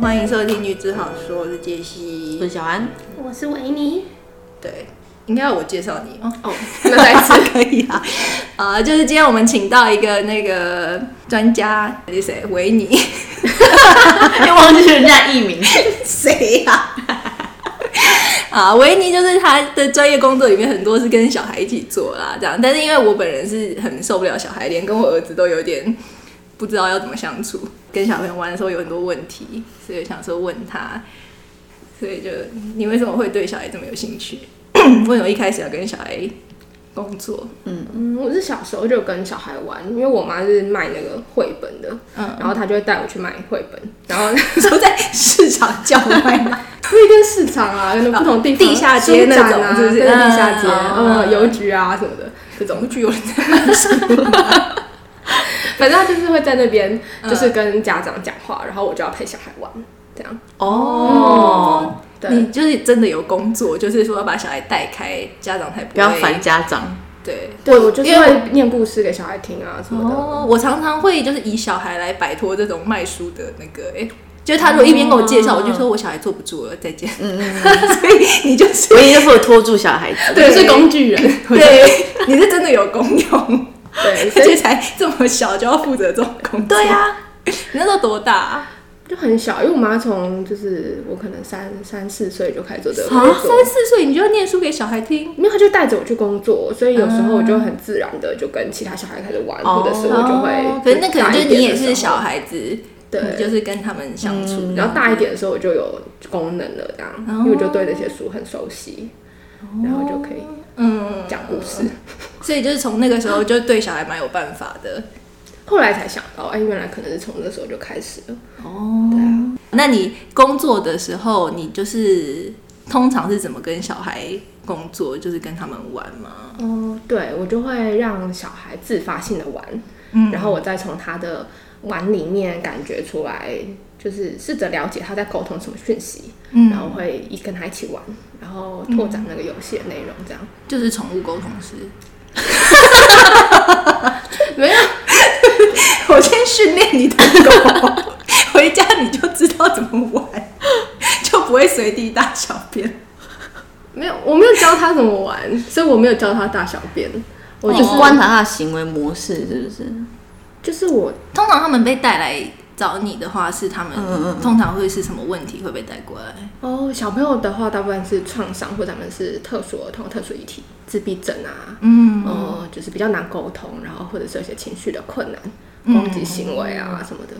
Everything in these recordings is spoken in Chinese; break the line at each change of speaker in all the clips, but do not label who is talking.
欢迎收听《女子好说》，我是杰西。
孙小安，
我是维尼，
对，应该要我介绍你哦。
哦，那再一 次，
可以啊，啊、就是今天我们请到一个那个专家，是谁？维尼？
哎忘记人家艺 名，
谁呀、啊？维尼就是他的专业工作里面很多是跟小孩一起做啦，这样。但是因为我本人是很受不了小孩，连跟我儿子都有点不知道要怎么相处，跟小朋友玩的时候有很多问题，所以想说问他，所以就你为什么会对小孩这么有兴趣？ 为什么一开始要跟小孩工作？
嗯，我是小时候就跟小孩玩，因为我妈是卖那个绘本的，
嗯
然后她就会带我去买绘本，然 后
你说在市场叫卖吗？
不一定市场啊，可能不同地方、
地下街
书展
那种
啊，
是不是
对地下街，
嗯
嗯，邮局啊什么的这种，
具有人在 啊
反正她就是会在那边
嗯
就是跟家长讲话，然后我就要陪小孩玩，这样，
哦。
对，
你就是真的有工作，就是说要把小孩带开，家长才不
不要
会
烦家长。
对。
对我就是
因为
会念故事给小孩听啊什么的，
哦，我常常会就是以小孩来摆脱这种卖书的那个，哎、就是他如果一边跟我介绍，
哦
我就说我小孩坐不住了，再见。嗯嗯 所以你就是
唯一就是会拖住小孩子，
对
是工具人，
对，你是真的有功 用，
对，
而
所
且
以
才这么小就要负责这种工作。
对呀、
你那时候多大啊、
就很小，因为我妈从就是我可能三三四岁就开始做这个工
啊，
作，
三四岁你就要念书给小孩听，
因为他就带着我去工作，所以有时候我就很自然的就跟其他小孩开始玩，
哦
或者是我就会
哦。可是那可能就是你也是小
孩，
孩子，
对
你就是跟他们相处。
然后大一点的时候我就有功能了，这样，
哦
因为我就对那些书很熟悉，然后就可以
嗯，
讲故事。
所以就是从那个时候就对小孩蛮有办法的。
后来才想到，哎，原来可能是从那时候就开始了。
那你工作的时候，你就是通常是怎么跟小孩工作？就是跟他们玩吗？
哦，对，我就会让小孩自发性的玩，然后我再从他的玩里面感觉出来，就是试着了解他在沟通什么讯息，
嗯
然后会一跟他一起玩，然后拓展那个游戏的内容，这样。
就是宠物沟通 师。
没有，
我先训练你的狗，回家你就知道怎么玩，就不会随地大小便。
没有，我没有教他怎么玩，所以我没有教他大小便，我就是、
你观察他的行为模式是不是？
就是我
通常他们被带来找你的话，是他们通常会是什么问题会被带过来？
哦，小朋友的话，大部分是创伤或者他们是特殊儿童、特殊议题、自闭症啊，
嗯，
哦、就是比较难沟通，然后或者是有些情绪的困难、攻击行为啊什么的。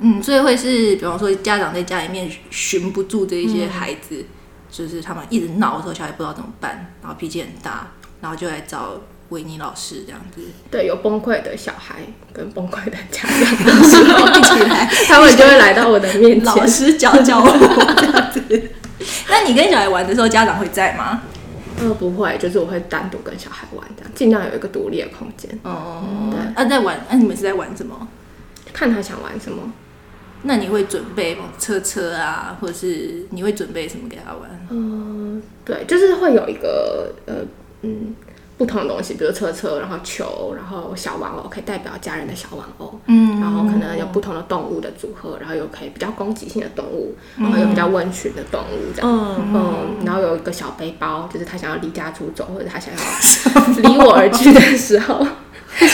嗯，所以会是，比方说家长在家里面寻不住这一些孩子，就是他们一直闹的时候，小孩不知道怎么办，然后脾气很大，然后就来找维尼老师这样子，
对，有崩溃的小孩跟崩溃的家 长，
一起来，
他们就会来到我的面
老
前。
师教教我这样子。那你跟小孩玩的时候，家长会在吗？
呃，不会，就是我会单独跟小孩玩，这样尽量有一个独立的空间，
哦、啊，在玩，那、你们是在玩什么？
看他想玩什么。
那你会准备车车啊，或者是你会准备什么给他玩？
嗯，对，就是会有一个呃嗯不同的东西，比如车车，然后球，然后小玩偶可以代表家人的小玩偶，
嗯
然后可能有不同的动物的组合，然后有可以比较攻击性的动物，然后有比较温驯的动物这样。
嗯，
嗯，然后有一个小背包，就是他想要离家出走，或者他想要离我而去的时候，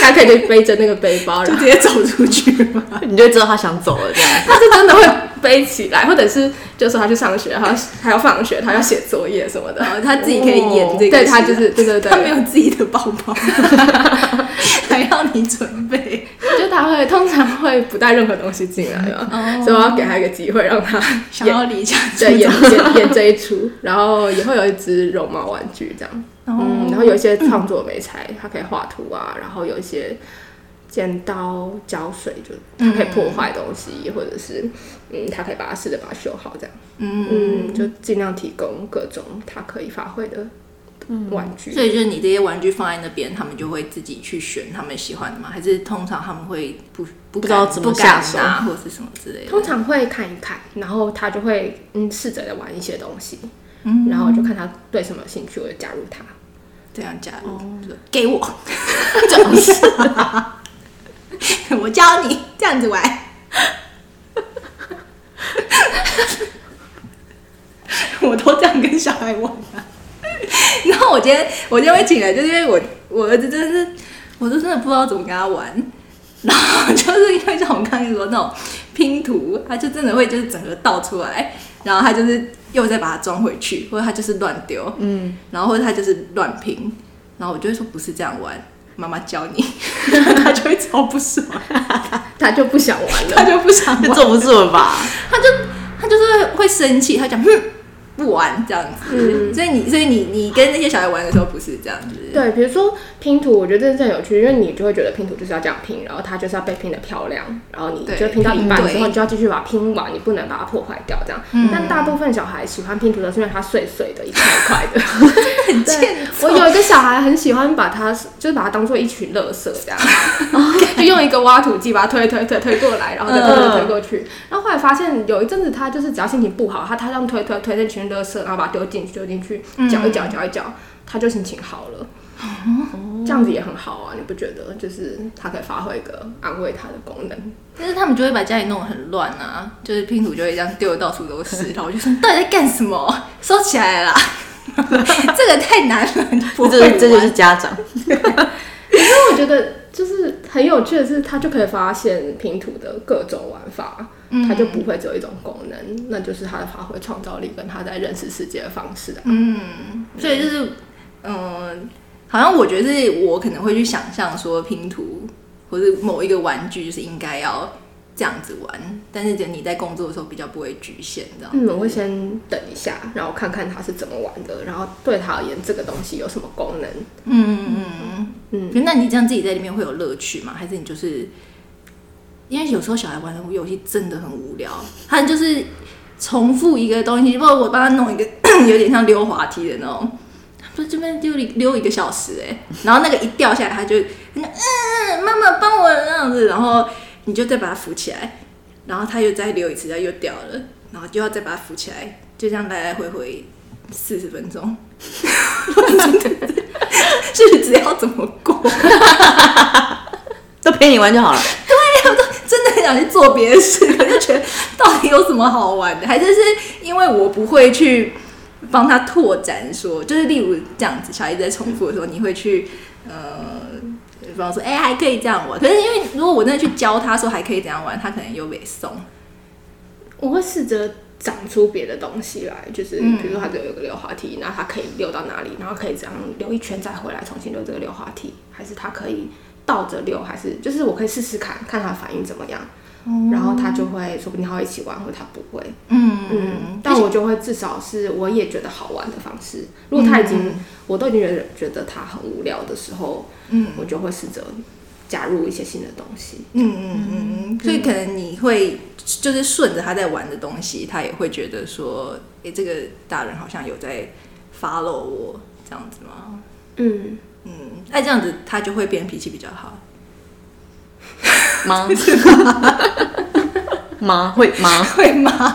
他可以背着那个背包，
就
然后
直接走出去吗？
哦
你就知道他想走了这样。
他是真的会背起来，或者是就说他去上学，他要他要放学，他要写作业什么的，
然后他自己可以演这个戏啊，
哦对他就是对对对，
他没有自己的包 包，还要你准备。
就他会通常会不带任何东西进来嘛，
哦
所以我要给他一个机会，让 他
想要离家 出
对演
走，
演演这一出，然后也会有一只绒毛玩具这样，
哦
嗯，然后有一些创作美材，它可以画图啊，然后有一些剪刀、胶水，就它可以
嗯
破坏东西，或者是嗯，它可以把它试着把它修好这样，嗯，就尽量提供各种它可以发挥的玩具，
嗯所以就是你这些玩具放在那边，他们就会自己去选他们喜欢的吗？还是通常他们会不不不
知道怎么
不敢
下手
拿或是什么之类的？
通常会看一看，然后他就会嗯试着玩一些东西，嗯，然后我就看他对什么有兴趣，我就加入他。
这样加入，就说给我，这种事， 我教你这样子玩。 我都这样跟小孩玩啊。 然后我今天我今天会请来，就是因为我我儿子真的是，我都真的不知道怎么跟他玩。 然后就是因为像我刚才说那种拼图，他就真的会就是整个倒出来，然后他就是又再把它装回去，或者他就是乱丢，嗯，然后或者他就是乱拼，然后我就会说不是这样玩，妈妈教 你，他就会超不爽，
他就不想玩
他
了。
就不想玩
这，坐不住了吧？
他就他就是会生气，他讲哼不玩这样子，
嗯
所以你所以你你跟那些小孩玩的时候不是这样子，
对，比如说拼图，我觉得真的是很有趣，因为你就会觉得拼图就是要这样拼，然后它就是要被拼的漂亮，然后你
对
就拼到一半之
嗯
后，
对
你就要继续把它拼完，你不能把它破坏掉这样。但大部分小孩喜欢拼图的是因为它碎碎的，一块一块的。
很
对
欠，
我
揍。
有一个小孩很喜欢把它，就是把它当做一群垃圾这样，就用一个挖土机把它推推推推过来，然后再推推推过去。然后后来发现有一阵子他就是只要心情不好，他他这样推推推那群垃圾，然后把它丢进去丢进去，搅一搅搅一搅，他就心情好了。这样子也很好啊，你不觉得？就是他可以发挥一个安慰他的功能。
但是他们就会把家里弄得很乱啊，就是拼图就会这样丢的到处都是，然后我就说你到底在干什么？收起来啦！ 这个太难了，你不
这
会
就
玩。
这就是家长，
因为我觉得就是很有趣的是，他就可以发现拼图的各种玩法，他就不会只有一种功能，那就是他的发挥创造力跟他在认识世界的方式啊。
所以就是，嗯、好像我觉得是我可能会去想象说拼图或是某一个玩具就是应该要这样子玩，但是你在工作的时候比较不会局限这样。
嗯，我会先等一下，然后看看他是怎么玩的，然后对他而言这个东西有什么功能。
嗯，那你这样自己在里面会有乐趣吗？还是你就是因为有时候小孩玩的游戏真的很无聊，他就是重复一个东西，不过我帮他弄一个 有点像溜滑梯的那种。他说这边溜一溜一个小时哎、然后那个一掉下来，他就他就嗯，妈妈帮我这样子，然后你就再把它扶起来，然后他又再溜一次，他又掉了，然后就要再把它扶起来，就这样来来回回四十分钟， 日子要怎么过？
都陪你玩就 好了。
真的很想去做别的事，可是觉得到底有什么好玩的？还是是因为我不会去帮他拓展说就是例如这样子，小孩子在重复的时候，你会去呃，比方说，哎、还可以这样玩。可是因为如果我真的去教他说还可以怎样玩，他可能又被送。
我会试着长出别的东西来，就是比如说它只有一个溜滑梯，那它可以溜到哪里，然后可以这样溜一圈再回来重新溜这个溜滑梯，还是它可以倒着溜，还是就是我可以试试看，看它反应怎么样。然后他就会，说不定他会一起玩，或者他不会。嗯，但我就会至少是我也觉得好玩的方式。如果他已经，我都已经觉得觉得他很无聊的时候，嗯，我就会试着加入一些新的东西。
嗯，所以可能你会就是顺着他在玩的东西，他也会觉得说，哎、这个大人好像有在 follow 我这样子吗？
嗯，
嗯，那这样子他就会变脾气比较好。
吗？ 吗？会吗？
会吗？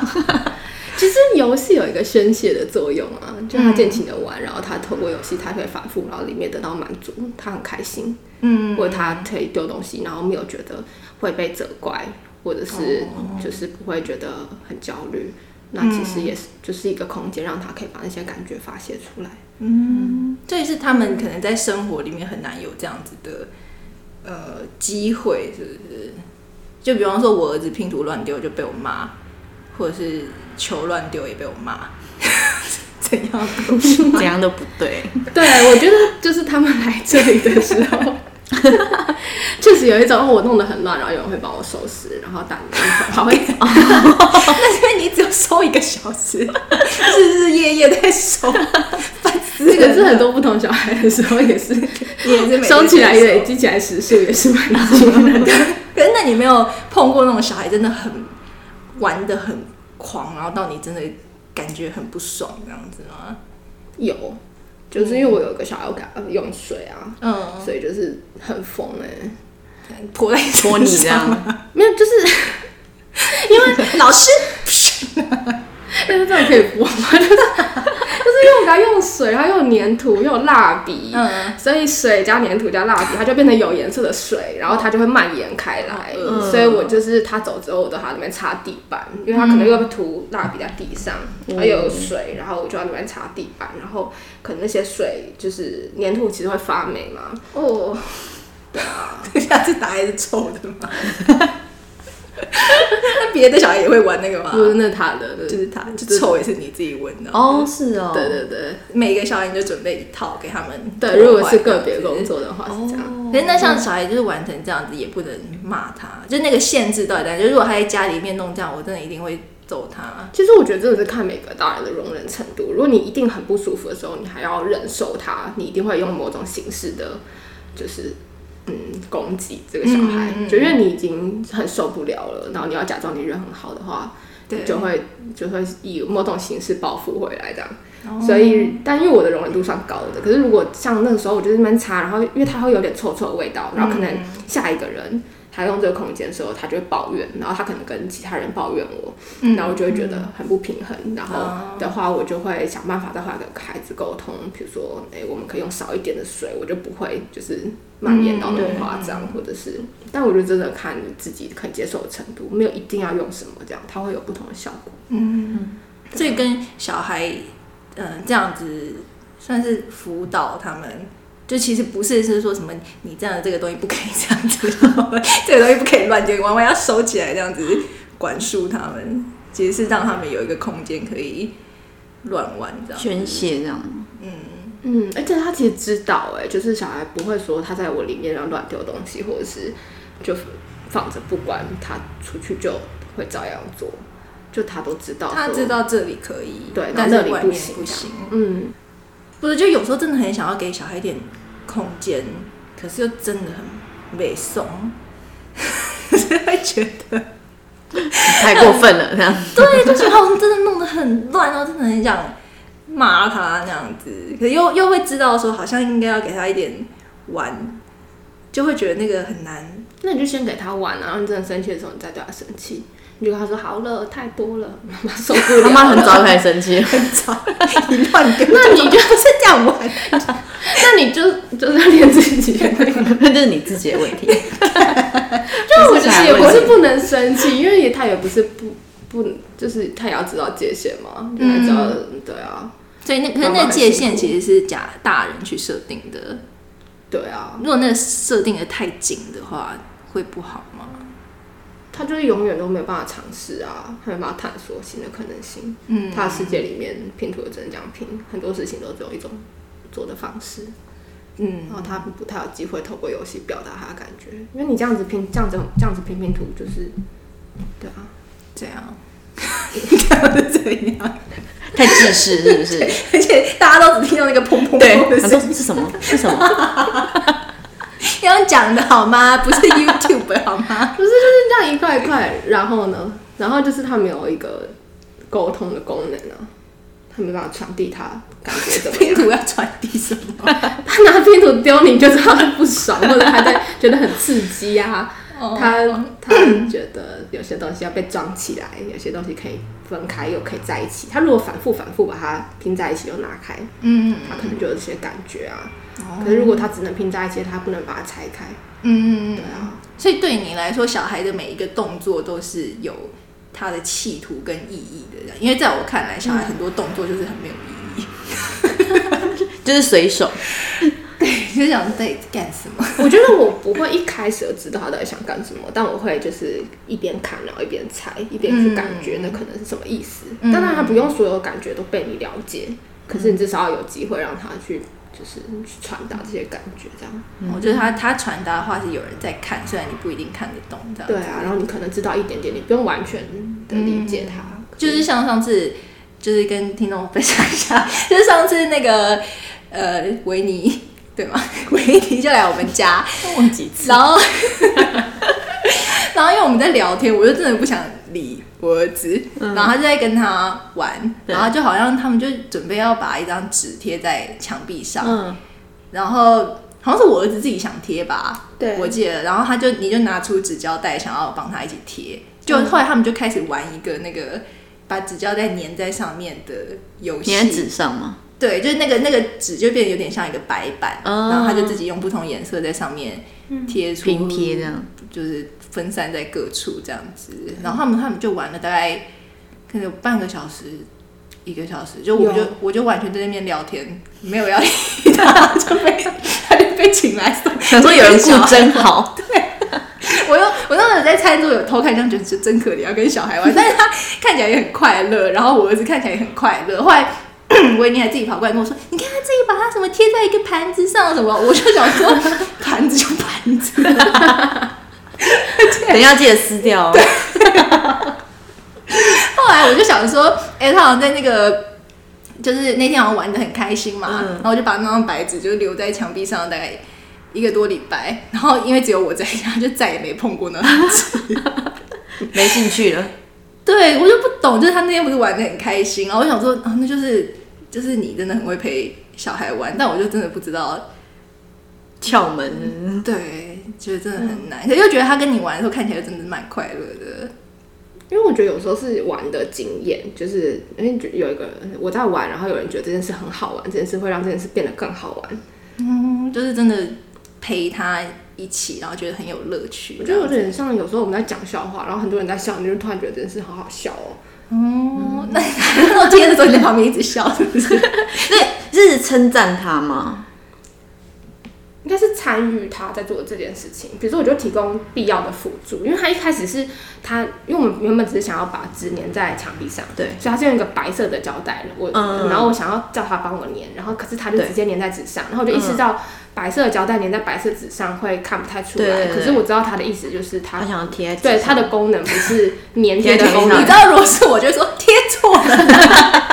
其实游戏有一个宣泄的作用啊，就他尽情的玩，然后他透过游戏，他可以反复，然后里面得到满足，他很开心，嗯，或者他可以丢东西，然后没有觉得会被责怪，或者是就是不会觉得很焦虑。那其实也是就是一个空间，让他可以把那些感觉发泄出来。
这也是他们可能在生活里面很难有这样子的呃机会，是不是？就比方说，我儿子拼图乱丢就被我骂，或者是球乱丢也被我骂， 怎样都
怎样都不对。
对，我觉得就是他们来这里的时 候，确实有一种哦我弄得很乱，然后有人会帮我收拾，然后打理，好会
但是因为你只有收一个小时，日日夜夜在收， 烦死
这
人了。
个是很多不同小孩的时候也是，
也是每天
收起来
在
累积起来时数也是蛮惊人的。
可是那你没有碰过那种小孩真的很玩的很狂，然后到你真的感觉很不爽这样子吗？
有，就是因为我有一个小孩，我给他用水啊，
嗯，
所以就是很疯哎、欸，
泼在
托你这
上
样
吗，
没有， 就是啊
老师，
但是这样可以播吗？就是就是因为我给它用水，然后又有粘土，又有蜡笔，
嗯
所以水加粘土加蜡笔，它就变成有颜色的水，然后它就会蔓延开来。嗯所以我就是它走之后，我都还要那边擦地板，因为它可能又会涂蜡笔在地上，还有水，然后我就要那边擦地板，然后可能那些水就是粘土其实会发霉嘛。哦，
等一下，这打还是臭的吗？ 那别的小孩也会玩那个吗？
不是那它的，
啊就
对
是他，就臭也是你自己闻的。
哦，是哦，
对对对
每个小孩你就准备一套给他们。
对，如果是个别工，作的话
哦
是这样。
可是那像小孩就是玩成这样子，也不能骂他，就那个限制到底在哪？就如果他在家里面弄这样，我真的一定会揍他。
其实我觉得真的是看每个大人的容忍程度。如果你一定很不舒服的时候，你还要忍受它，你一定会用某种形式的，就是嗯攻击这个小孩，就因为你已经很受不了了，然后你要假装你人很好的话，
对
你就会就会以某种形式报复回来这样。所以，但因为我的容忍度算高的，可是如果像那个时候我就是那边擦，然后因为它会有点臭臭的味道，然后可能下一个人他用这个空间的时候，他就会抱怨，然后他可能跟其他人抱怨我，然后我就会觉得很不平衡，然后的话我就会想办法再和孩子沟通，比如说，哎、我们可以用少一点的水，我就不会就是蔓延到那么夸张，或者是，但我觉得真的看你自己可以接受的程度，没有一定要用什么这样，它会有不同的效果。
所以跟小孩，嗯、这样子算是辅导他们。就其实不是是说什么你这样的这个东西不可以这样子，这个东西不可以乱丢，弯弯要收起来这样子管束他们，其实是让他们有一个空间可以乱玩这样。
宣泄这样，
嗯，而且他其实知道、哎，就是小孩不会说他在我里面然后乱丢东西，或者是就放着不管，他出去就会照样做，就他都知道，
他知，道这里可以，
对
但
那
是
里
外
不
面
行
不
这样
行。
嗯，
不是，就有时候真的很想要给小孩一点空间，可是又真的很没送， 所以会觉得
太过分了这样。
对，就是哦，真的弄得很乱，然后真的很想骂他那样子，可又又会知道说好像应该要给他一点玩，就会觉得那个很难。
那你就先给他玩啊，然后你真的生气的时候，你再对他生气，你就跟他说好了，太多了，妈妈受不了，
妈妈很早开始生气，
操，你乱丢，
那 你就
不是这样玩，
那你就就是要练自 己的那个。
那就是你自己 的问题。
就我
你
觉
是
得
想
也不
问
是不能生气，因为也他也不是不不，就是他也要知道界限嘛，就他知道、对啊，
所以那可是那个界限其实是假大人去设定的，
对啊，
如果那个设定的太紧的话，会不好吗？
他就是永远都没有办法尝试啊，他没办法探索新的可能性。嗯，他的世界里面拼图只能这样拼，很多事情都只有一种做的方式。
嗯，
然后他不太有机会透过游戏表达他的感觉，因为你这样子拼，这样子这样子拼拼图就是，对啊，
这样，这样是怎样？
太自私是不是？
而且大家都只听到那个砰砰砰的
对，想
声音，
说是什么？是什么？
要讲的好吗？不是 YouTube 好吗？
不是就是这样一块一块，然后呢，然后就是他没有一个沟通的功能啊，他没办法传递他感觉怎 么
拼
样。
图要传递什么？
他拿拼图丢你，就知道他 不爽，或者他在觉得很刺激啊。
哦
他他觉得有些东西要被装起来，有些东西可以分开又可以在一起。他如果反复反复把它拼在一起又拿开，
嗯哦
他可能就有一些感觉啊。可是如果他只能拼在一起，他不能把它拆开。
嗯
对，啊，
所以对你来说，小孩的每一个动作都是有他的企图跟意义的，这样因为在我看来，小孩很多动作就是很没有 意义，
就是随手。
就想在干什么？
我觉得我不会一开始就知道他到底想干什么，但我会就是一边看，然后一边猜，一边去感觉那可能是什么意思。当然，他不用所有感觉都被你了解，可是你至少要有机会让他去，就是去传达这些感觉，这样。
嗯我觉得他他传达的话是有人在看，虽然你不一定看得懂，这样
对啊，然后你可能知道一点点，你不用完全的理解他。
就是像上次，就是跟听众分享一下， 就是上次那个呃维尼对吗？ 维尼就来我们家，
忘几次？
然后然后因为我们在聊天，我就真的不想理我儿子，然后他就在跟他玩，
对
然后就好像他们就准备要把一张纸贴在墙壁上，
嗯，
然后好像是我儿子自己想贴吧，
对
我记得，然后他就你就拿出纸胶带，想要帮他一起贴，就后来他们就开始玩一个那个把纸胶带粘在上面的游戏，
粘在纸上吗？
对，就是那个那个纸就变得有点像一个白板，
哦
然后他就自己用不同颜色在上面贴 出
拼贴这样，
就是分散在各处这样子。然后他们他们就玩了大概可能有半个小时。一个小时，就我就
有
我就完全在那边聊天，没有要理他， 就被他就被请来送。
想说有人顾真好，
我又我当时在餐桌有偷看，这样觉得真可怜，要跟小孩玩，但是他看起来也很快乐，然后我儿子看起来也很快乐。后来维尼还自己跑过来跟我说：“你看他自己把它什么贴在一个盘子上什么。”我就想说，盘子就盘子，
等一下记得撕掉哦。
后来我就想说，哎、他好像在那个，就是那天好像玩的很开心嘛，
嗯
然后我就把那张白纸就留在墙壁上，大概一个多礼拜。然后因为只有我在家，就再也没碰过那张纸。
没兴趣了，
对我就不懂，就是他那天不是玩的很开心，然后我想说，啊，那就是就是你真的很会陪小孩玩，但我就真的不知道，嗯
窍门
对，觉得真的很难，可是又觉得他跟你玩的时候看起来真的蛮快乐的，
因为我觉得有时候是玩的经验，就是因为有一个我在玩，然后有人觉得这件事很好玩，这件事会让这件事变得更好玩。
嗯，就是真的陪他一起，然后觉得很有乐趣。
我觉得有点像有时候我们在讲笑话，然后很多人在笑，你就突然觉得这件事好好笑哦。
哦，那 我今天的时候你在旁边一直笑，是不是？
是称赞他吗？
应该是参与他在做的这件事情。比如说，我就提供必要的辅助，因为他一开始是他，因为我们原本只是想要把纸粘在墙壁上，
对
所以他是用一个白色的胶带，我、
嗯
然后我想要叫他帮我粘，然后可是他就
对嗯
直接粘在纸上，然后我就意识到白色的胶带粘在白色纸上会看不太出来，
对对对
可是我知道他的意思就是
他
他。
想要贴在纸
对
上
它的功能不是粘贴
贴在
的
墙
功
上
能
你知，道，如果是我就会说贴错 了，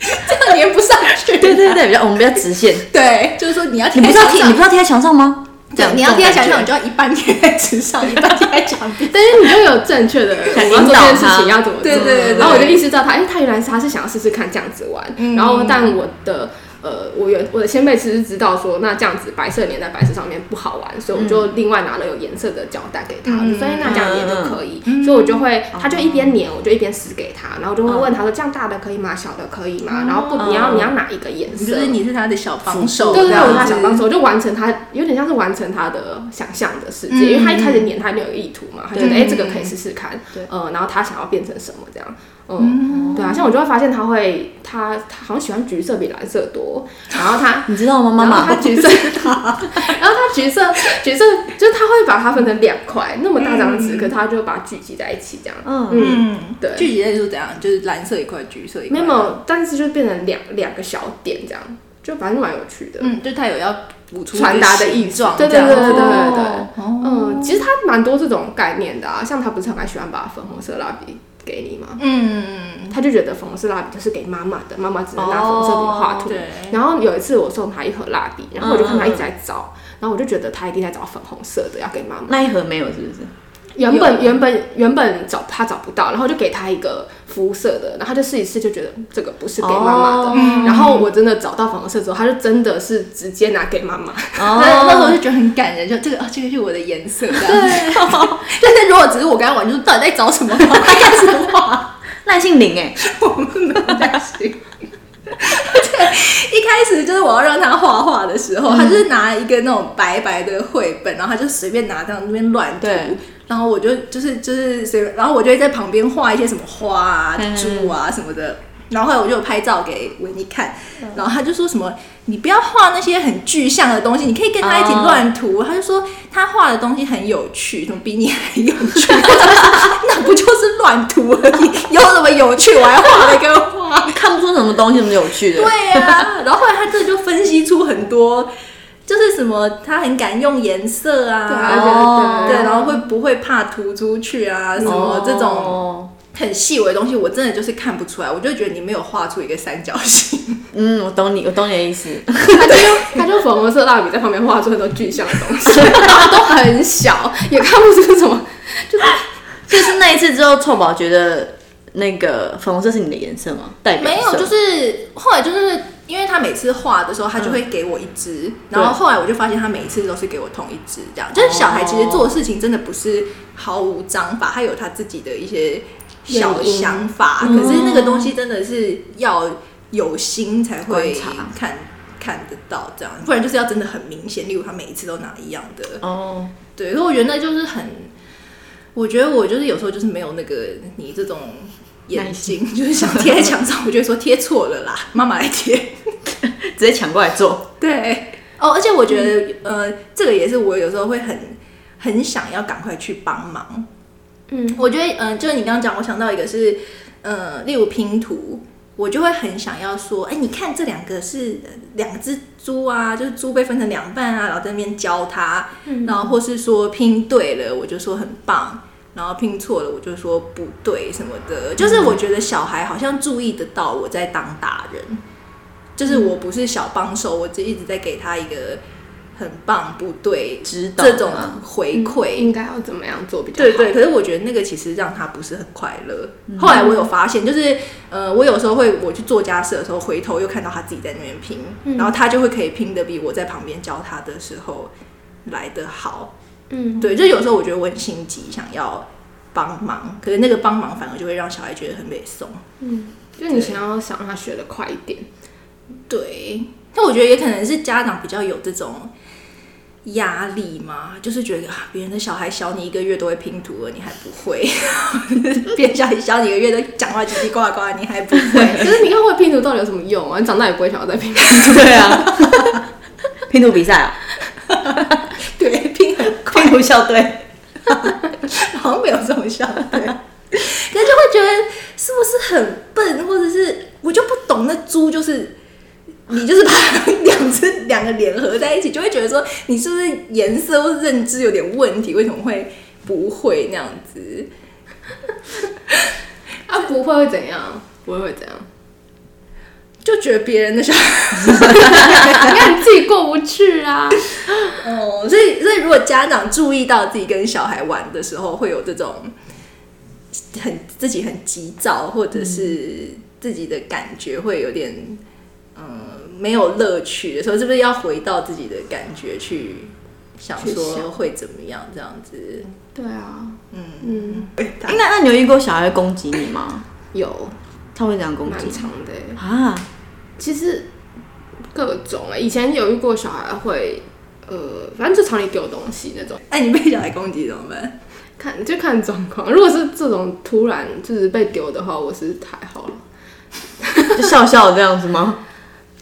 这样粘不上去。
对对对，比较我们比较直线。
对，就是说你要
你
贴在
不知道
墙
贴，你
上
不，知道贴在墙上吗？这
对，
样
你要贴在墙上，你，
这种
就要一半贴在纸上，一半贴在墙壁。
但是你就有正确的我
想
要
引
做
导
这件事
他
情要怎么做，
对对对对
然后我就意识到他，哎、他原来是他是想要试试看这样子玩，
嗯
然后但我的。呃，我原我的先辈其实知道说，那这样子白色粘在白色上面不好玩，所以我就另外拿了有颜色的胶带给他，
嗯
我就说哎那这样粘就可以，所以我就会，他就一边粘，我就一边撕给他，然后我就会问
嗯
他说，这样大的可以吗？小的可以吗？然后不，你要你要哪一个颜色？
就是嗯你是他的小帮手，
对对，对，我
他
他想帮手，就完成他有点像是完成他的想象的世界，因为他一开始演他没有意图嘛，他觉得哎、
对
这个可以试试看，
对
呃，然后他想要变成什么这样，嗯，对啊，像我就会发现他会，他他好像喜欢橘色比蓝色多，然后他
你知道 吗，妈
然后
妈
他？橘色，然后他橘色橘色就是他会把它分成两块，那么大张纸，可是他就把它聚集在一起这样，
嗯，
嗯，
嗯，
对
具体来说怎样？就是蓝色一块，橘色一块。
没有没，有，但是就变成两两个小点这样，就反正蛮有趣的，
嗯，就他有要补出
传达的
异
意
状，
对
这
对
样
对对对
子
对对。
哦，
嗯，其实他蛮多这种概念的啊，像他不是很爱喜欢把粉红色蜡笔给你吗？
嗯，
他就觉得粉红色蜡笔就是给妈妈的，妈妈只能拿粉红色笔画
哦
图。
对嗯
然后有一次我送他一盒蜡笔，然后我就看他一直在找，然后我就觉得他一定在找粉红色的要给妈妈。
那一盒没有是不是？
原本原本原本找他找不到，然后就给他一个肤色的，然后他就试一试，就觉得嗯这个不是给妈妈的。
哦
然后
嗯
我真的找到粉红色之后，他就真的是直接拿给妈妈。
那
哦
那
哦
时候就觉得很感人，就这个啊，这个是我的颜色，这样子。 但是如果只是我跟他玩，就是到底在找什么？他干什
哦
么？
赖姓林哎，
我们没有担心。而且一开始就是我要让他画画的时候，他就是拿一个那种白白的绘本，然后他就随便拿这样那边乱涂
对。
然后我就就是就是随便，然后我就会在旁边画一些什么花啊、猪啊什么的。然后后来我就有拍照给维尼看，然后他就说什么：“你不要画那些很具象的东西，你可以跟他一起乱涂。他就说他画的东西很有趣，什么比你还有趣。 我想说那不就是乱涂而已，有什么有趣？我还画了一个画。
看不出什么东西，什么有趣的。
对呀、然后后来他这就分析出很多，就是什么他很敢用颜色啊，
哦
对，然后会不会怕涂出去啊，什么这种
哦，
很细微的东西，我真的就是看不出来，我就觉得你没有画出一个三角形。
嗯，我懂你，我懂你的意思。
他就用他就粉红色蜡笔在旁边画出很多具象的东 西，然后都很小，也看不出什 么。
就是那一次之后，臭宝觉得那个粉红色是你的颜色吗？代表
没有，
色
就是后来就是因为他每次画的时候，他就会给我一支，
对
然后后来我就发现他每一次都是给我同一支，这样就是小孩其实做事情真的不是毫无章法，他
嗯
有他自己的一些小想法，可是那个东西真的是要有心才会
观察
看看得到这样，不然就是要真的很明显。例如他每一次都拿一样的，
哦，
对，所以我觉得那就是很，我觉得我就是有时候就是没有那个你这种眼睛，就是想贴在墙上，我就会说贴错了啦，妈妈来贴。
直接抢过来做，
对，哦，而且我觉得、呃，这个也是我有时候会很很想要赶快去帮忙。
嗯，
我觉得嗯、呃，就是你刚刚讲，我想到一个是呃，例如拼图。我就会很想要说，哎、你看这两个是呃两只猪啊，就是猪被分成两半啊，然后在那边教它，然后或是说拼对了，我就说很棒，然后拼错了，我就说不对什么的。就是我觉得小孩好像注意得到我在当大人，就是我不是小帮手，我就一直在给他一个很棒不对
指导
这种
啊
回馈，
应该要怎么样做比较
嗯
好？
对嗯对，可是我觉得那个其实让他不是很快乐。后来我有发现，就是呃，我有时候会我去做家事的时候，回头又看到他自己在那边拼，然后他就会可以拼的比我在旁边教他的时候来得好。
嗯，
对，就有时候我觉得我很心急，想要帮忙，可是那个帮忙反而就会让小孩觉得很被送。
就你想要想让他学的快一点，
对，但我觉得也可能是家长比较有这种压力嘛，就是觉得啊，别人的小孩小你一个月都会拼图了，你还不会； 别人小孩小你一个月都讲话叽叽呱呱，你还不会。
可是你看会拼图到底有什么用啊？你长大也不会想要再拼图。
对啊， 拼图比赛啊，
对，拼很快，
拼图校队，
好像没有这种效对，可是就会觉得是不是很笨，或者是我就不懂那猪就是。你就是把两只两个脸合在一起，就会觉得说你是不是颜色或是认知有点问题？为什么会不会那样子？
啊，不会会怎样？不会会 怎样？
就觉得别人的小孩
你看你自己过不去啊。
哦，所以所以如果家长注意到自己跟小孩玩的时候，会有这种很自己很急躁，或者是自己的感觉会有点嗯、呃没有乐趣的时候，是不是要回到自己的感觉去想
去
说
想
会怎么样这样子？
对啊，嗯嗯，
那那你有遇过小孩会攻击你吗？
有
他会怎样攻
蛮
击你
长的欸。
啊？
其实各种哎、以前有遇过小孩会，呃，反正就常里丢东西那种，
哎、你被小孩攻击怎么办？
看 就看状况。如果是这种突然就是被丢的话，我是还好了。
就笑笑这样子 吗？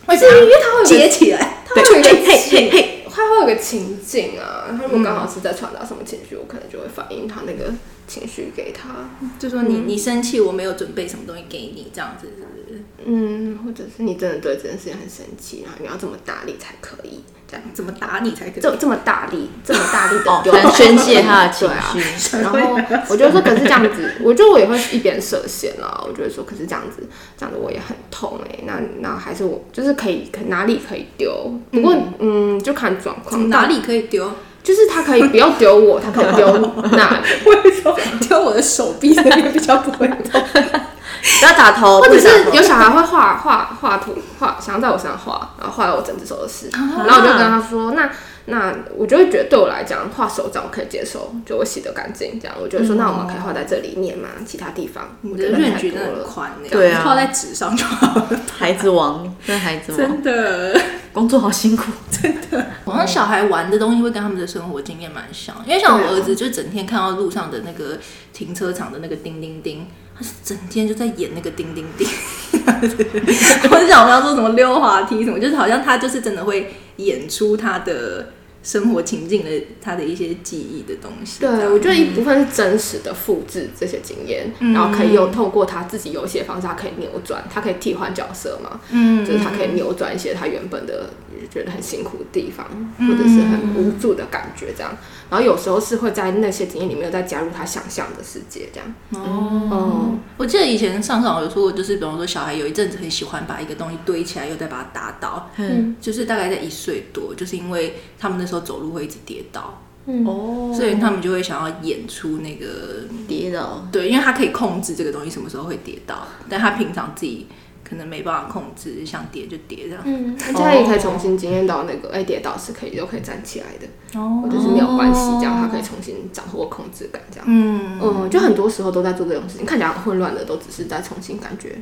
我是因为他会接起来，
他会有一
对，
个
嘿嘿
情，
嘿，
他会有个情境啊，他如果刚好是在传达什么情绪，我可能就会反映他那个情绪给他。
就说你你生气，我没有准备什么东西给你，这样子是不是？
嗯，或者是你真的对这件事情很生气，然后你要这么大力才可以，这样
怎么打你才可以？
这这么大 力，这么大力
哦
的，丢，
能宣泄他的情
对啊
绪，嗯
然后我就说，可是这样子，我觉得我也会一边设限啦。我就会说，可是这样子，这样子我也很痛哎、那那还是我就是可以，可哪里可以丢？不过嗯就看状况。
哪里可以丢？
就是他可以不要丢我，他可以丢那里，
为什么丢我的手臂那边比较不 会痛？
不要打头，
或
不
者
要打
是
头
有小孩会画画画图，画想要在我身上画，然后画到我整只手都是，
啊
然后我就跟他说，那那我就会觉得对我来讲，画手掌我可以接受，就我洗得干净这样，我就会说，那我们可以画在这里面嘛，其他地方，
嗯哦你
我
的
觉得
润
太
局
多
真的很
了。
宽呢，
对啊
泡在纸上就好 了。
孩子王，那孩子王，
的，
工作好辛苦，
好像小孩玩的东西会跟他们的生活经验蛮像，因为像我
对啊
儿子就整天看到路上的那个停车场的那个叮叮叮，他是整天就在演那个叮叮 叮。我就想我们要说什么溜滑梯什么，就是好像他就是真的会演出他的生活情境的他的一些记忆的东西。
对
这，样嗯
我觉得一部分是真实的复制这些经验，然后可以用透过他自己有一些方式，他可以扭转，他可以替换角色嘛，
嗯
就是他可以扭转一些他原本的觉得很辛苦的地方，
嗯
或者是很无助的感觉这样。然后有时候是会在那些经验里面又再加入他想象的世界这样。
哦，
哦，
我记得以前上上有说过，就是比方说小孩有一阵子很喜欢把一个东西堆起来，又再把它打倒，
嗯，
就是大概在一岁多，就是因为他们那时候走路会一直跌倒，
哦
所以他们就会想要演出那个
跌倒，
对，因为他可以控制这个东西什么时候会跌倒，但他平常自己可能没办法控制，想跌就跌这样。
嗯，而且他也可以重新经验到那个，哎、跌倒是可以又可以站起来的，
哦
或者是没有关系，这样他可以重新掌握控制感，这样。
嗯，
嗯，就很多时候都在做这种事情，看起来很混乱的，都只是在重新感觉，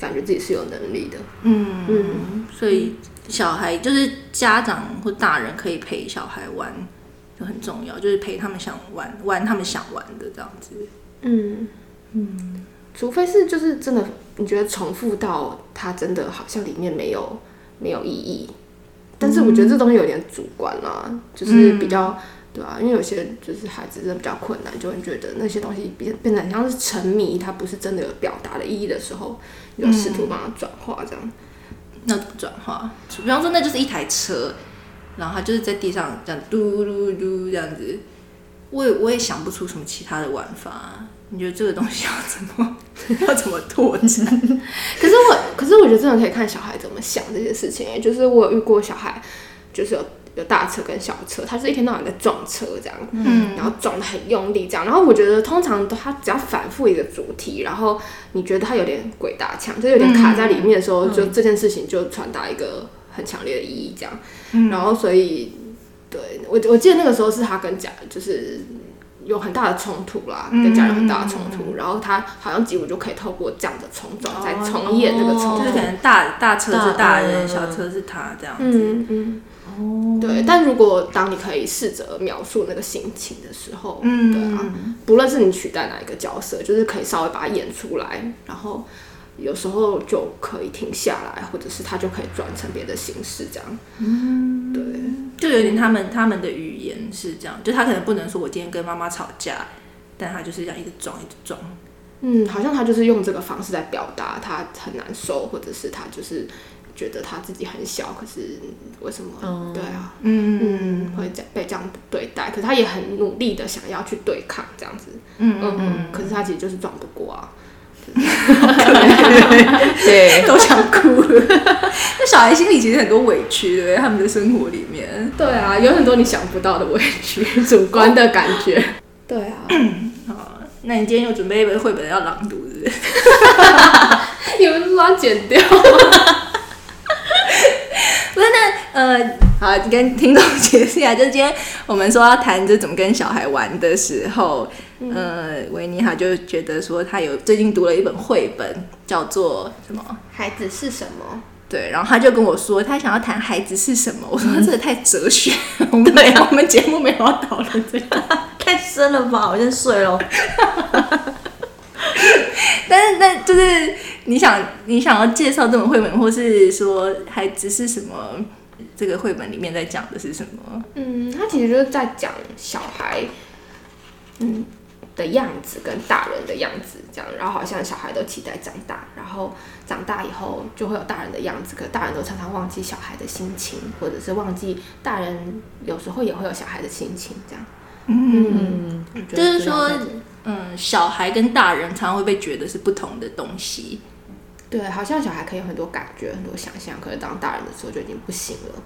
感觉自己是有能力的。
嗯
嗯，
所以小孩就是家长或大人可以陪小孩玩，就很重要，就是陪他们想玩，玩他们想玩的这样子。
嗯嗯，除非是就是真的，你觉得重复到它真的好像里面没有没有意义，但是我觉得这东西有点主观啦、就是比较、对啊，因为有些就是孩子真的比较困难，就会觉得那些东西变变得很像是沉迷，它不是真的有表达的意义的时候，你就试图帮它转化这样。
那怎么转化？比方说，那就是一台车，然后它就是在地上这样嘟嘟嘟这样子，我也我也想不出什么其他的玩法、啊你觉得这个东西要怎么 要怎么 拓展？
可是我，可是我觉得真的可以看小孩怎么想这件事情。也就是我有遇过小孩，就是有有大车跟小车，他是一天到晚在撞车这样，嗯，然后撞得很用力这样。然后我觉得通常都他只要反复一个主题，然后你觉得他有点鬼打墙，就是有点卡在里面的时
嗯
候，就这件事情就传达一个很强烈的意义这样。
嗯
然后所以，对我我记得那个时候是他跟家就是。有很大的冲突啦，
嗯
跟家人很大的冲突，然后他好像几乎就可以透过这样的冲撞再重演这个冲
哦就是
突
可。能大大车是大人，
大
小车是他这样子。
嗯嗯，哦，对。但如果当你可以试着描述那个心情的时候，嗯，对啊，不论是你取代哪一个角色，就是可以稍微把它演出来，然后有时候就可以停下来，或者是它就可以转成别的形式这样。嗯，对。
就有点他们他们的语言是这样，就他可能不能说我今天跟妈妈吵架，但他就是这样一直撞一直 撞。
嗯，好像他就是用这个方式在表达他很难受，或者是他就是觉得他自己很小，可是为什么？对啊，嗯嗯，会这样被这样对待，可是他也很努力的想要去对抗这样子，嗯嗯嗯，可是他其实就是撞不过啊，
对，
都想哭了。 那小孩心里其实很多委屈，对不对？他们的生活里面，
对啊，有很多你想不到的委屈，主观的感觉，对啊，
好，那你今天又准备一本绘本要朗读，是不是？
你们是要剪掉？
不是，那呃，好，跟听众解释一下，就是今天我们说要谈就怎么跟小孩玩的时候，呃，维尼哈就觉得说他有最近读了一本绘本，叫做什么？
孩子是什么？
对，然后他就跟我说，他想要谈孩子是什么。我说这个太哲学， 我们嗯对、啊我们节目没有要讨论这个。
太深了吧，我先睡喽。
但是那就是你想你想要介绍这本绘本，或是说孩子是什么？这个绘本里面在讲的是什么？
嗯，他其实就是在讲小孩，嗯的样子跟大人的样子这样，然后好像小孩都期待长大，然后长大以后就会有大人的样子，可大人都常常忘记小孩的心情，或者是忘记大人有时候也会有小孩的心情这样。嗯，我觉
就
得
是说
这样子
嗯，小孩跟大人常常会被觉得是不同的东西。
对，好像小孩可以有很多感觉，很多想象，可是当大人的时候就已经不行了。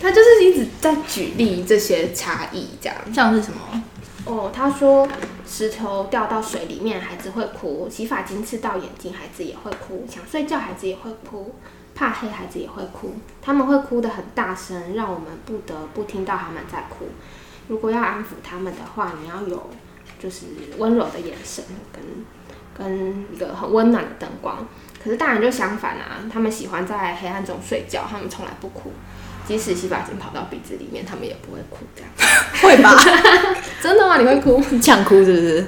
他就是一直在举例这些差异这样。
像是什么？
哦，他说石头掉到水里面，孩子会哭；洗发精刺到眼睛，孩子也会哭；想睡觉，孩子也会哭；怕黑，孩子也会哭。他们会哭得很大声，让我们不得不听到他们在哭。如果要安抚他们的话，你要有就是温柔的眼神跟跟一个很温暖的灯光。可是大人就相反啊，他们喜欢在黑暗中睡觉，他们从来不哭。即使洗发精跑到鼻子里面，他们也不会哭。这样
会吧？
真的吗？你会哭？
呛哭是不是？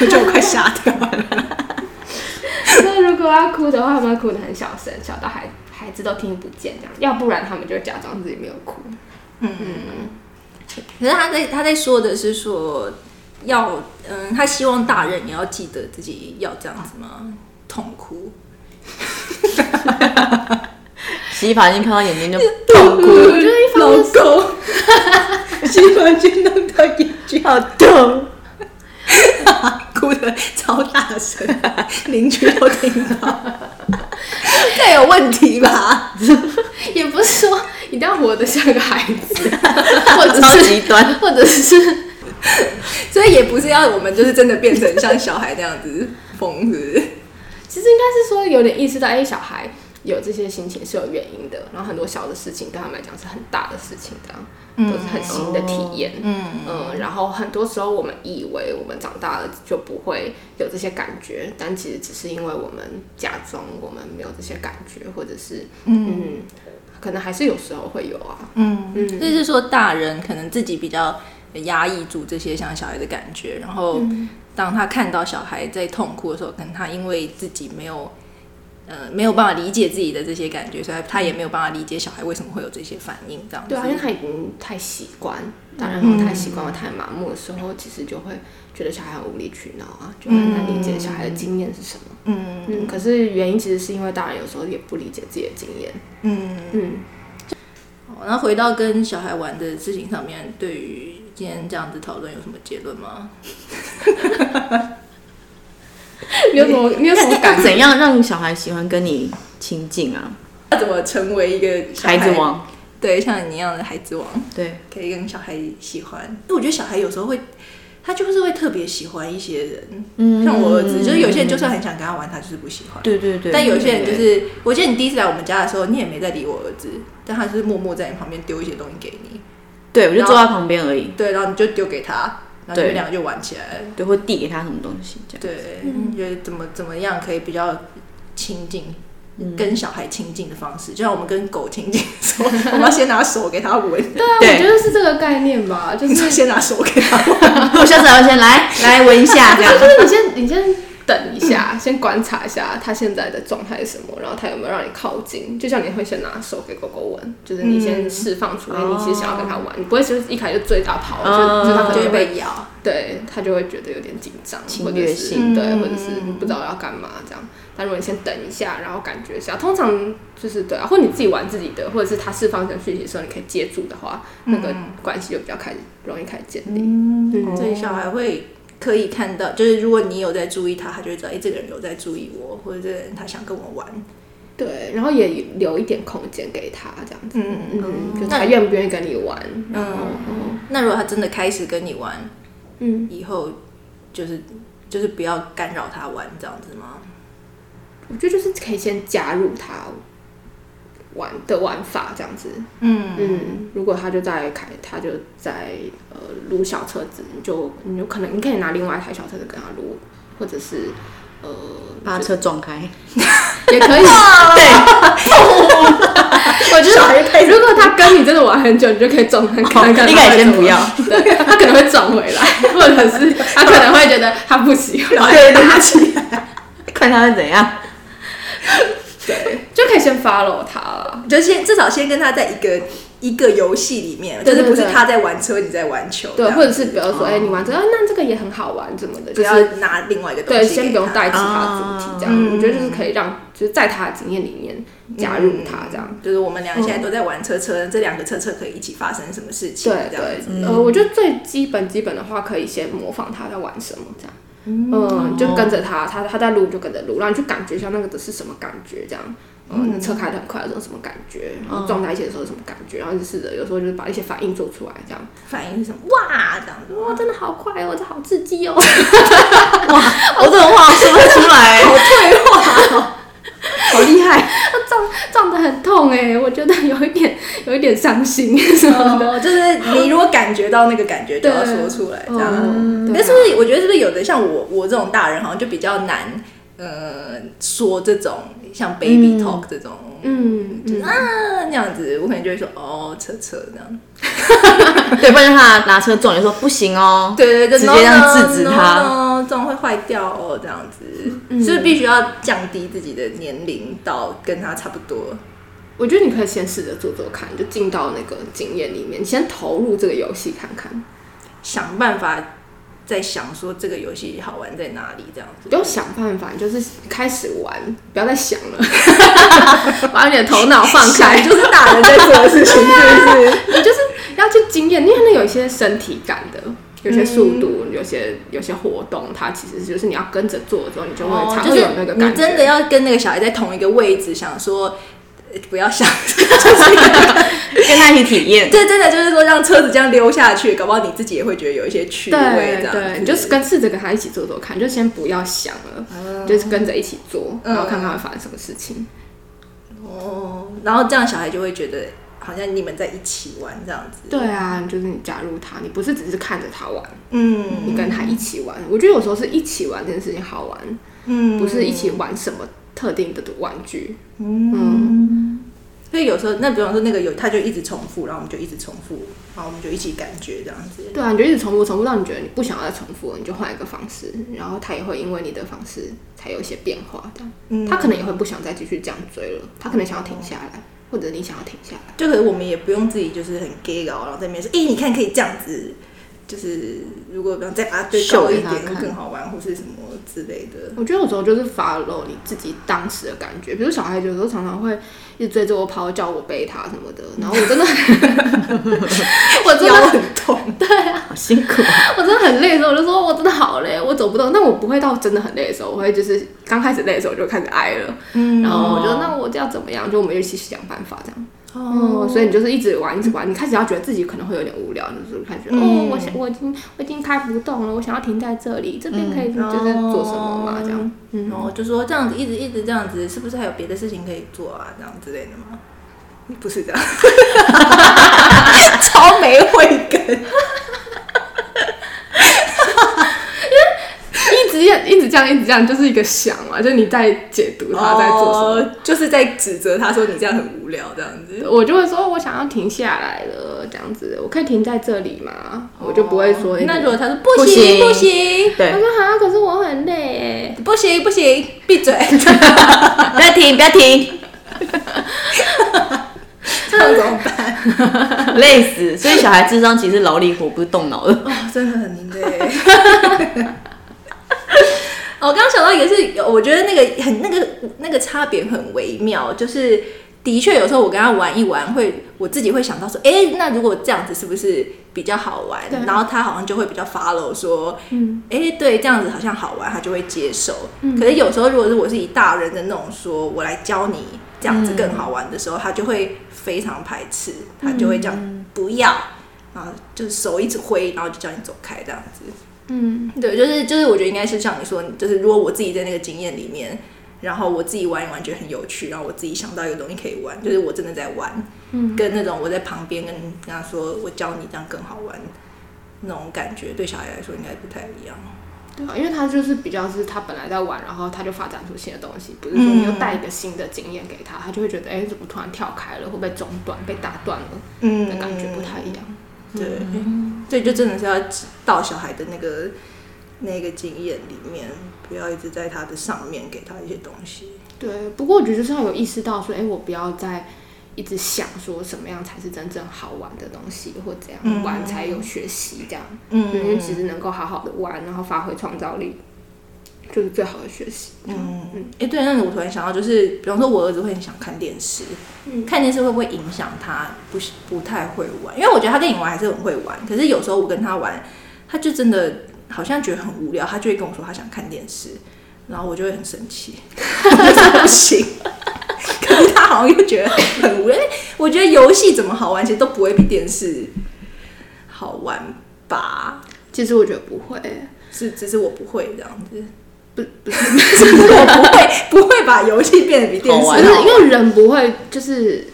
我就快吓掉了。
那如果要哭的话，他们会哭得很小声，小到孩孩子都听不见这样，要不然他们就会假装自己没有哭。
可是他在他在说的是说要嗯，他希望大人也要记得自己要这样子吗？痛 哭，
洗发精看到眼睛就
痛哭，
我觉得一方面是
狗，喜欢去弄到眼睛，
好痛。
哭的超大声，邻居都听 到，这有问题 吧？
也不是说一定要活得像个孩子，或者
超
是
极端，
或者是
所以也不是要我们就是真的变成像小孩那样子疯子，
其实应该是说有点意识到，哎、小孩有这些心情是有原因的，然后很多小的事情对他们来讲是很大的事情，这样
嗯
都是很新的体验。
嗯
嗯，然后很多时候我们以为我们长大了就不会有这些感觉，但其实只是因为我们假装我们没有这些感觉，或者是
嗯
嗯，可能还是有时候会有啊。
嗯，
嗯
这就是说大人可能自己比较压抑住这些像小孩的感觉，然后
嗯
当他看到小孩在痛哭的时候，可能他因为自己没有。呃，没有办法理解自己的这些感觉，所以他也没有办法理解小孩为什么会有这些反应，这样子。
对啊，因为他已经太习惯，大人们太习惯了，太麻木的时候，其实就会觉得小孩很无理取闹啊，就很难理解小孩的经验是什么。
嗯
嗯，可是原因其实是因为大人有时候也不理解自己的经验。
嗯，
嗯，
好那回到跟小孩玩的事情上面，对于今天这样子讨论有什么结论吗？
你有什么你有什么感
要
觉？
怎样让小孩喜欢跟你亲近啊？
要怎么成为一个小
孩子？王，
对，像你一样的孩子王，
对，
可以跟小孩喜欢。因为我觉得小孩有时候会，他就是会特别喜欢一些人，
嗯
像我儿子，就是有些人就算很想跟他玩，他就是不喜欢。
对对对，
但有些人就是，我记得你第一次来我们家的时候，你也没在理我儿子，但他就是默默在你旁边丢一些东西给你，
对，我就坐在旁边而已，
对，然后你就丢给他，然后你
对
们两个就玩起来了。
对，会递给他什么东西这样。
对，
嗯
你觉得怎么怎么样可以比较亲近，
嗯
跟小孩亲近的方式，就像我们跟狗亲近的时候，我们要先拿手给它 闻，
对啊，
对
我觉得是这个概念吧，就
你
是
就先拿手给它闻。
我下次还要先来来闻一下这样
就。是你先你先等一下，先观察一下他现在的状态是什么，然后他有没有让你靠近。就像你会先拿手给狗狗闻，就是你
嗯
先释放出来，你其实想要跟它玩，你不会就是一开始就追它跑，
哦
就就它可
就
能
会
就
被
会
咬，
对它就会觉得有点紧张，
侵
或
略
者是
性
对，
嗯
或者是不知道要干嘛这样。但如果你先等一下，然后感觉一下，通常就是对啊，或你自己玩自己的，或者是它释放成讯息的时候，你可以接住的话，那个关系就比较开始容易开始建立。
嗯
所以小孩会可以看到，就是如果你有在注意他，他就会知道，哎、这个人有在注意我，或者这个人他想跟我玩。
对，然后也留一点空间给他这样子，
嗯
嗯，就他愿不愿意跟你玩，然后
那如果他真的开始跟你玩，
嗯，
以后就是就是不要干扰他玩这样子吗？
我觉得就是可以先加入他玩的玩法这样子，
嗯
嗯，如果他就在开，他就在呃撸小车子，你就你就可能你可以拿另外一台小车子跟他撸，或者是呃
把车撞开，
也 可以，
哦
对，我觉得如果他跟你真的玩很久，你就可以撞看看看，
哦应该也先不要，
对，他可能会撞回来，或者是他可能会觉得他不喜欢，
对，拿起来，看他是怎样。
对，就可以先 follow 他了。
就先至少先跟他在一个一个游戏里面，就
对
是
对
不是
对
他在玩车，你在玩球，这
对，
样
或者是比如
哦
说，哎、你玩这个，啊那这个也很好玩，怎么的，
不
就是
要拿另外一个东
对，
西，
先不用带，其他嗯
啊
主题，这样，我觉得就是可以让，就是在他的经验里面加入他这样。
嗯
嗯
就是我们俩现在都在玩车车，这两个车车可以一起发生什么事情？
对
这样子。
对，呃，我觉得最基本基本的话，可以先模仿他在玩什么这样。嗯，就跟着他，他他在录就跟着录，让你去感觉一下那个的是什么感觉，这样。嗯，那车开得很快的时候什么感觉，然后撞在一起的时候什么感觉，然后你就试着有时候就是把一些反应做出来，这样。
反应是什么？哇，这样子。
哇，真的好快哦，这好刺激哦！
我这种话说不出来，好退化、哦，好厉害。
撞撞得很痛哎，我觉得有一点有一点伤 心什么的。
哦，就是你如果感觉到那个感觉，就
对
要说出来，这样。
嗯
可
对啊
是不是？我觉得是不是有的像我我这种大人，好像就比较难，呃，说这种像 baby talk 这种，
嗯嗯，
啊那样子，我可能就会说哦，车车这样。
对，不然让他拿车撞，你说不行哦。
对对对，
直接这样制止
no,
他
no, no, 这种会坏掉哦，这样子，是不是必须要降低自己的年龄到跟他差不多？
我觉得你可以先试着做做看，就进到那个经验里面，你先投入这个游戏看看，
想办法在想说这个游戏好玩在哪里，这样子
不。用想办法，你就是开始玩，不要再想 了，把你的头脑放开，
就是大人在做的事情， 是不是？
你就是要去经验，因为那有一些身体感的。有些速度，
嗯
有些有些活动，它其实就是你要跟着做的时候，你就会才
哦就
会
是
有那个感觉。
你真的要跟那个小孩在同一个位置，想说。呃不要 想，就是
跟他一起体验。
这真的就是说让车子这样溜下去，搞不好你自己也会觉得有一些趣味，
对
这样子
对，你就是跟试着跟他一起做做看，
哦嗯
就先不要想了，就是跟着一起做，然后看看会发生什么事情。
哦，然后这样小孩就会觉得好像你们在一起玩这样子。
对啊，就是你加入他，你不是只是看着他玩，
嗯
你跟他一起玩。我觉得有时候是一起玩这件事情好玩，
嗯，
不是一起玩什么特定的玩具。
所以有时候，那比方说那个有，他就一直重复，然后我们就一直重复，然后我们就一起感觉这样子。
对啊，你就一直重复重复到你觉得你不想要再重复了，你就换一个方式，然后他也会因为你的方式才有一些变化。这样，
嗯
他可能也会不想再继续这样追了，他可能想要停下来，或者你想要停下来。
就可能我们也不用自己就是很 gay 搞，然后在那边说，哎、你看可以这样子，就是如果比方再把它堆高一
秀给他
点，
看
更好玩，或是什么之类的。
我觉得有时候就是 follow 你自己当时的感觉，比如小孩有时候常常会一直追着我跑，叫我背他什么的，然后我真的，我 真
腰
的
很痛，
好辛苦啊！
我真的很累的时候，我就说我真的好累，我走不动。但我不会到真的很累的时候，我会就是刚开始累的时候我就开始挨了，
嗯
然后我就那我要怎么样？就我们一起想办法这样。哦，所以你就是一直玩，一直玩。你开始要觉得自己可能会有点无聊，就是开始、
嗯
哦，我想我已经我已经开不动了，我想要停在这里，这边可
嗯
以就是做什么嘛？这样。
然后就说这样子一直一直这样子，是不是还有别的事情可以做啊？这样之类的吗？不是这样，
啊
超没慧根。
一直一直这样，一直这样，就是一个想嘛，就是你在解读他在做什么。
哦就是在指责他说你这样很无聊这样子。
我就会说，我想要停下来了，这样子，我可以停在这里吗？我就不会说、
哦那
那
如
种。
果他说不
不
行
行
不行
他
对，
说啊，可是我很累哎。
不行不行，闭 嘴，
不要停，不要 停，
这样怎么办？
累死！所以小孩智商其实劳力活，不是动脑的。
哦， 真的很累。我哦刚刚想到一个是，我觉得那个很那个那个差别很微妙，就是的确有时候我跟他玩一玩会，我自己会想到说，哎，那如果这样子是不是比较好玩
对？
然后他好像就会比较 follow 说，嗯，哎，对，这样子好像好玩，他就会接受。可是有时候如果是我是以大人的那种说，我来教你这样子更好玩的时候，他就会非常排斥，他就会这样、不要，然后就是手一直挥，然后就叫你走开这样子。
嗯，
对，就是就是，我觉得应该是像你说，就是如果我自己在那个经验里面，然后我自己玩一玩觉得很有趣，然后我自己想到一个东西可以玩，就是我真的在玩，嗯，跟那种我在旁边跟跟他说我教你这样更好玩那种感觉，对小孩来说应该不太一样。
对啊，因为他就是比较是他本来在玩，然后他就发展出新的东西，不是说你又带一个新的经验给他，他就会觉得哎、怎么突然跳开了，会被中断、被打断了
嗯
的感觉不太一样。嗯
对，所以就真的是要到小孩的那个那个经验里面，不要一直在他的上面给他一些东西。
对，不过我觉得就是要有意识到说，哎、我不要再一直想说什么样才是真正好玩的东西，或怎样玩才有学习这样。
嗯
因为只是能够好好的玩，然后发挥创造力，就是最好的学习。
嗯，哎、对，那我突然想到，就是比方说，我儿子会很想看电视，看电视会不会影响他不是不太会玩？因为我觉得他跟你玩还是很会玩，可是有时候我跟他玩，他就真的好像觉得很无聊，他就会跟我说他想看电视，然后我就会很生气， 我就说不行。可是他好像又觉得很无聊，因为我觉得游戏怎么好玩，其实都不会比电视好玩吧？
其实我觉得不会，欸
是，只是我不会这样子。
不
不是， 只是我不会，不会把游戏变得比电视
好
不
玩
是
好
因为人不会，就是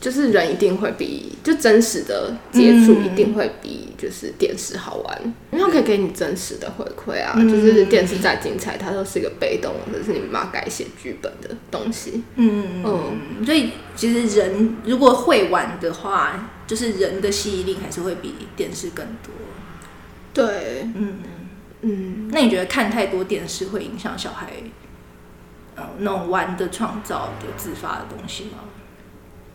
就是人一定会比就真实的接触
嗯
一定会比就是电视好玩，因为它可以给你真实的回馈啊。
嗯
就是电视再精彩，它都是一个被动或者是你没办法改写剧本的东西。
嗯，
嗯，
所以其实人如果会玩的话，就是人的吸引力还是会比电视更多。
对，
嗯，
嗯，
那你觉得看太多电视会影响小孩，呃，那种玩的创造的自发的东西吗？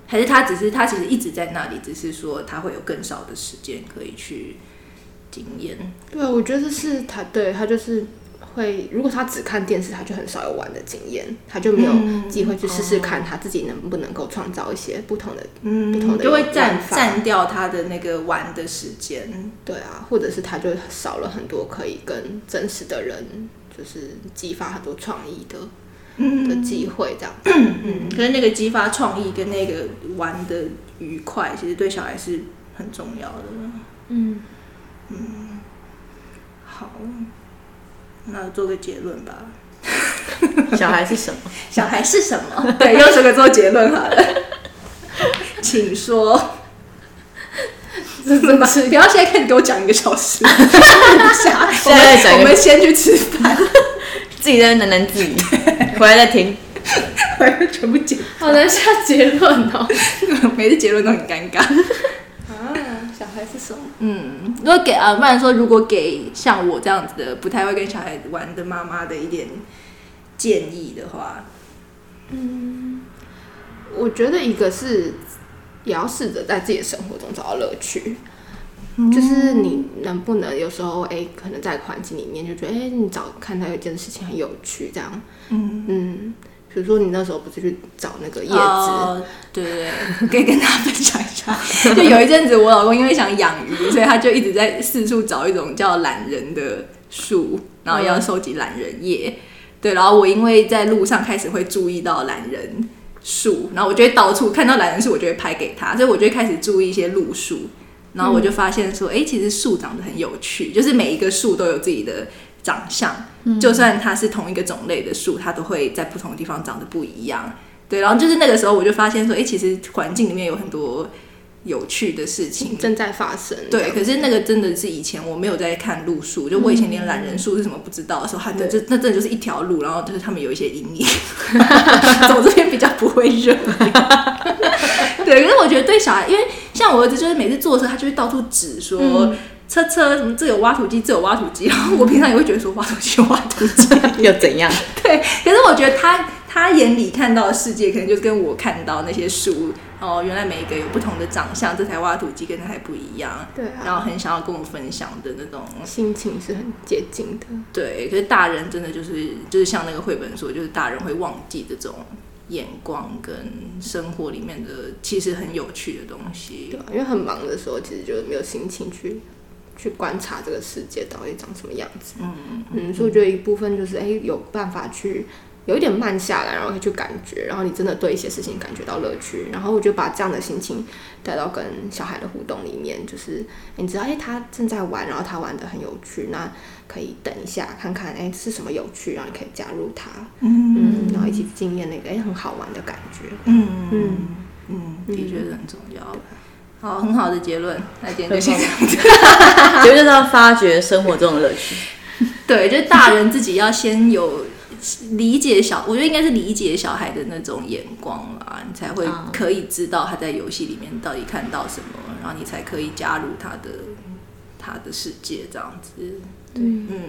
还是他只是他其实一直在那里，只是说他会有更少的时间可以去经验？
对，啊我觉得是他，对他就是会，如果他只看电视，他就很少有玩的经验，他就没
嗯
有机会去试试看他自己能不能够创造一些不同的，嗯不同的
就会
玩
占
法，
占掉他的那个玩的时间。
对啊，或者是他就少了很多可以跟真实的人，就是激发很多创意的。的机会这样，
嗯，可是那个激发创意跟那个玩的愉快，其实对小孩是很重要的。嗯
嗯，
好，那做个结论吧。
小孩是什么？
小孩是什么？ 对，用这个做结论好了，请说。真的吗？不要现在开始给我讲一个小时，等一下我
现在
们
讲一
我
个
们先去吃饭，
自己在那喃喃 自语，回来再听。
全部剪。
好难下结论哦。
每次结论都很尴尬。
啊，小孩是什么？
嗯，如果给啊，不然说如果给像我这样子的不太会跟小孩玩的妈妈的一点建议的话，
我觉得一个是也要试着在自己的生活中找到乐趣，
嗯
就是你能不能有时候哎、可能在环境里面就觉得哎、你找看到一件事情很有趣，这样，嗯嗯，比如说你那时候不是去找那个叶子，
哦对 对对，可以跟大家分享一下。就有一阵子，我老公因为想养鱼，所以他就一直在四处找一种叫懒人的树，然后要收集懒人叶。对，然后我因为在路上开始会注意到懒人树，然后我就会到处看到懒人树，我就会拍给他，所以我就会开始注意一些路树。然后我就发现说，哎、其实树长得很有趣，就是每一个树都有自己的长相，就算它是同一个种类的树，它都会在不同地方长得不一样。对，然后就是那个时候我就发现说，哎、其实环境里面有很多有趣的事情。
正在发生，
对，可是那个真的是以前我没有在看路树，就我以前连懒人树是什么不知道的时候，它那这那真的就是一条路，然后就是他们有一些阴影， 走这边比较不会热。 对，可是我觉得对小孩，因为像我儿子就是每次坐车，他就会到处指说。车车什么这有挖土机，这有挖土机，然后我平常也会觉得说挖土机有挖土机，
又怎 样？
对，可是我觉得他他眼里看到的世界，可能就跟我看到那些书哦，原来每一个有不同的长相，这台挖土机跟那台不一样。
对啊
然后很想要跟我分享的那种，
心情是很接近的。
对，可是大人真的就是就是像那个绘本说，就是大人会忘记这种眼光跟生活里面的其实很有趣的东西
对。啊，因为很忙的时候，其实就没有心情去去观察这个世界到底长什么样子。嗯嗯，所以我觉得一部分就是，哎、有办法去有一点慢下来，然后去感觉，然后你真的对一些事情感觉到乐趣，然后我就把这样的心情带到跟小孩的互动里面，就是你知道，哎、他正在玩，然后他玩的很有趣，那可以等一下看看，哎、是什么有趣，然后你可以加入他，嗯，然后一起经验那个哎、很好玩的感觉。
嗯
嗯
嗯，的确是很重要。好，很好的结论，那今天就先这样。
绝对是要发掘生活中的乐趣。
对，就是大人自己要先有理解小，我觉得应该是理解小孩的那种眼光啦，你才会
啊
可以知道他在游戏里面到底看到什么，然后你才可以加入他的他的世界这样子。嗯嗯。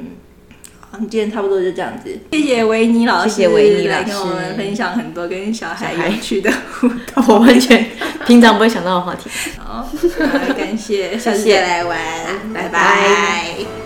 好，今天差不多就这样子，谢谢维尼老师，
谢谢维尼老
来跟我们
师
分享很多跟小孩
小孩
有趣 的互动。
我完全 平常不会想到的话题。
好，那感谢，下次
谢谢
再来玩，拜
拜
拜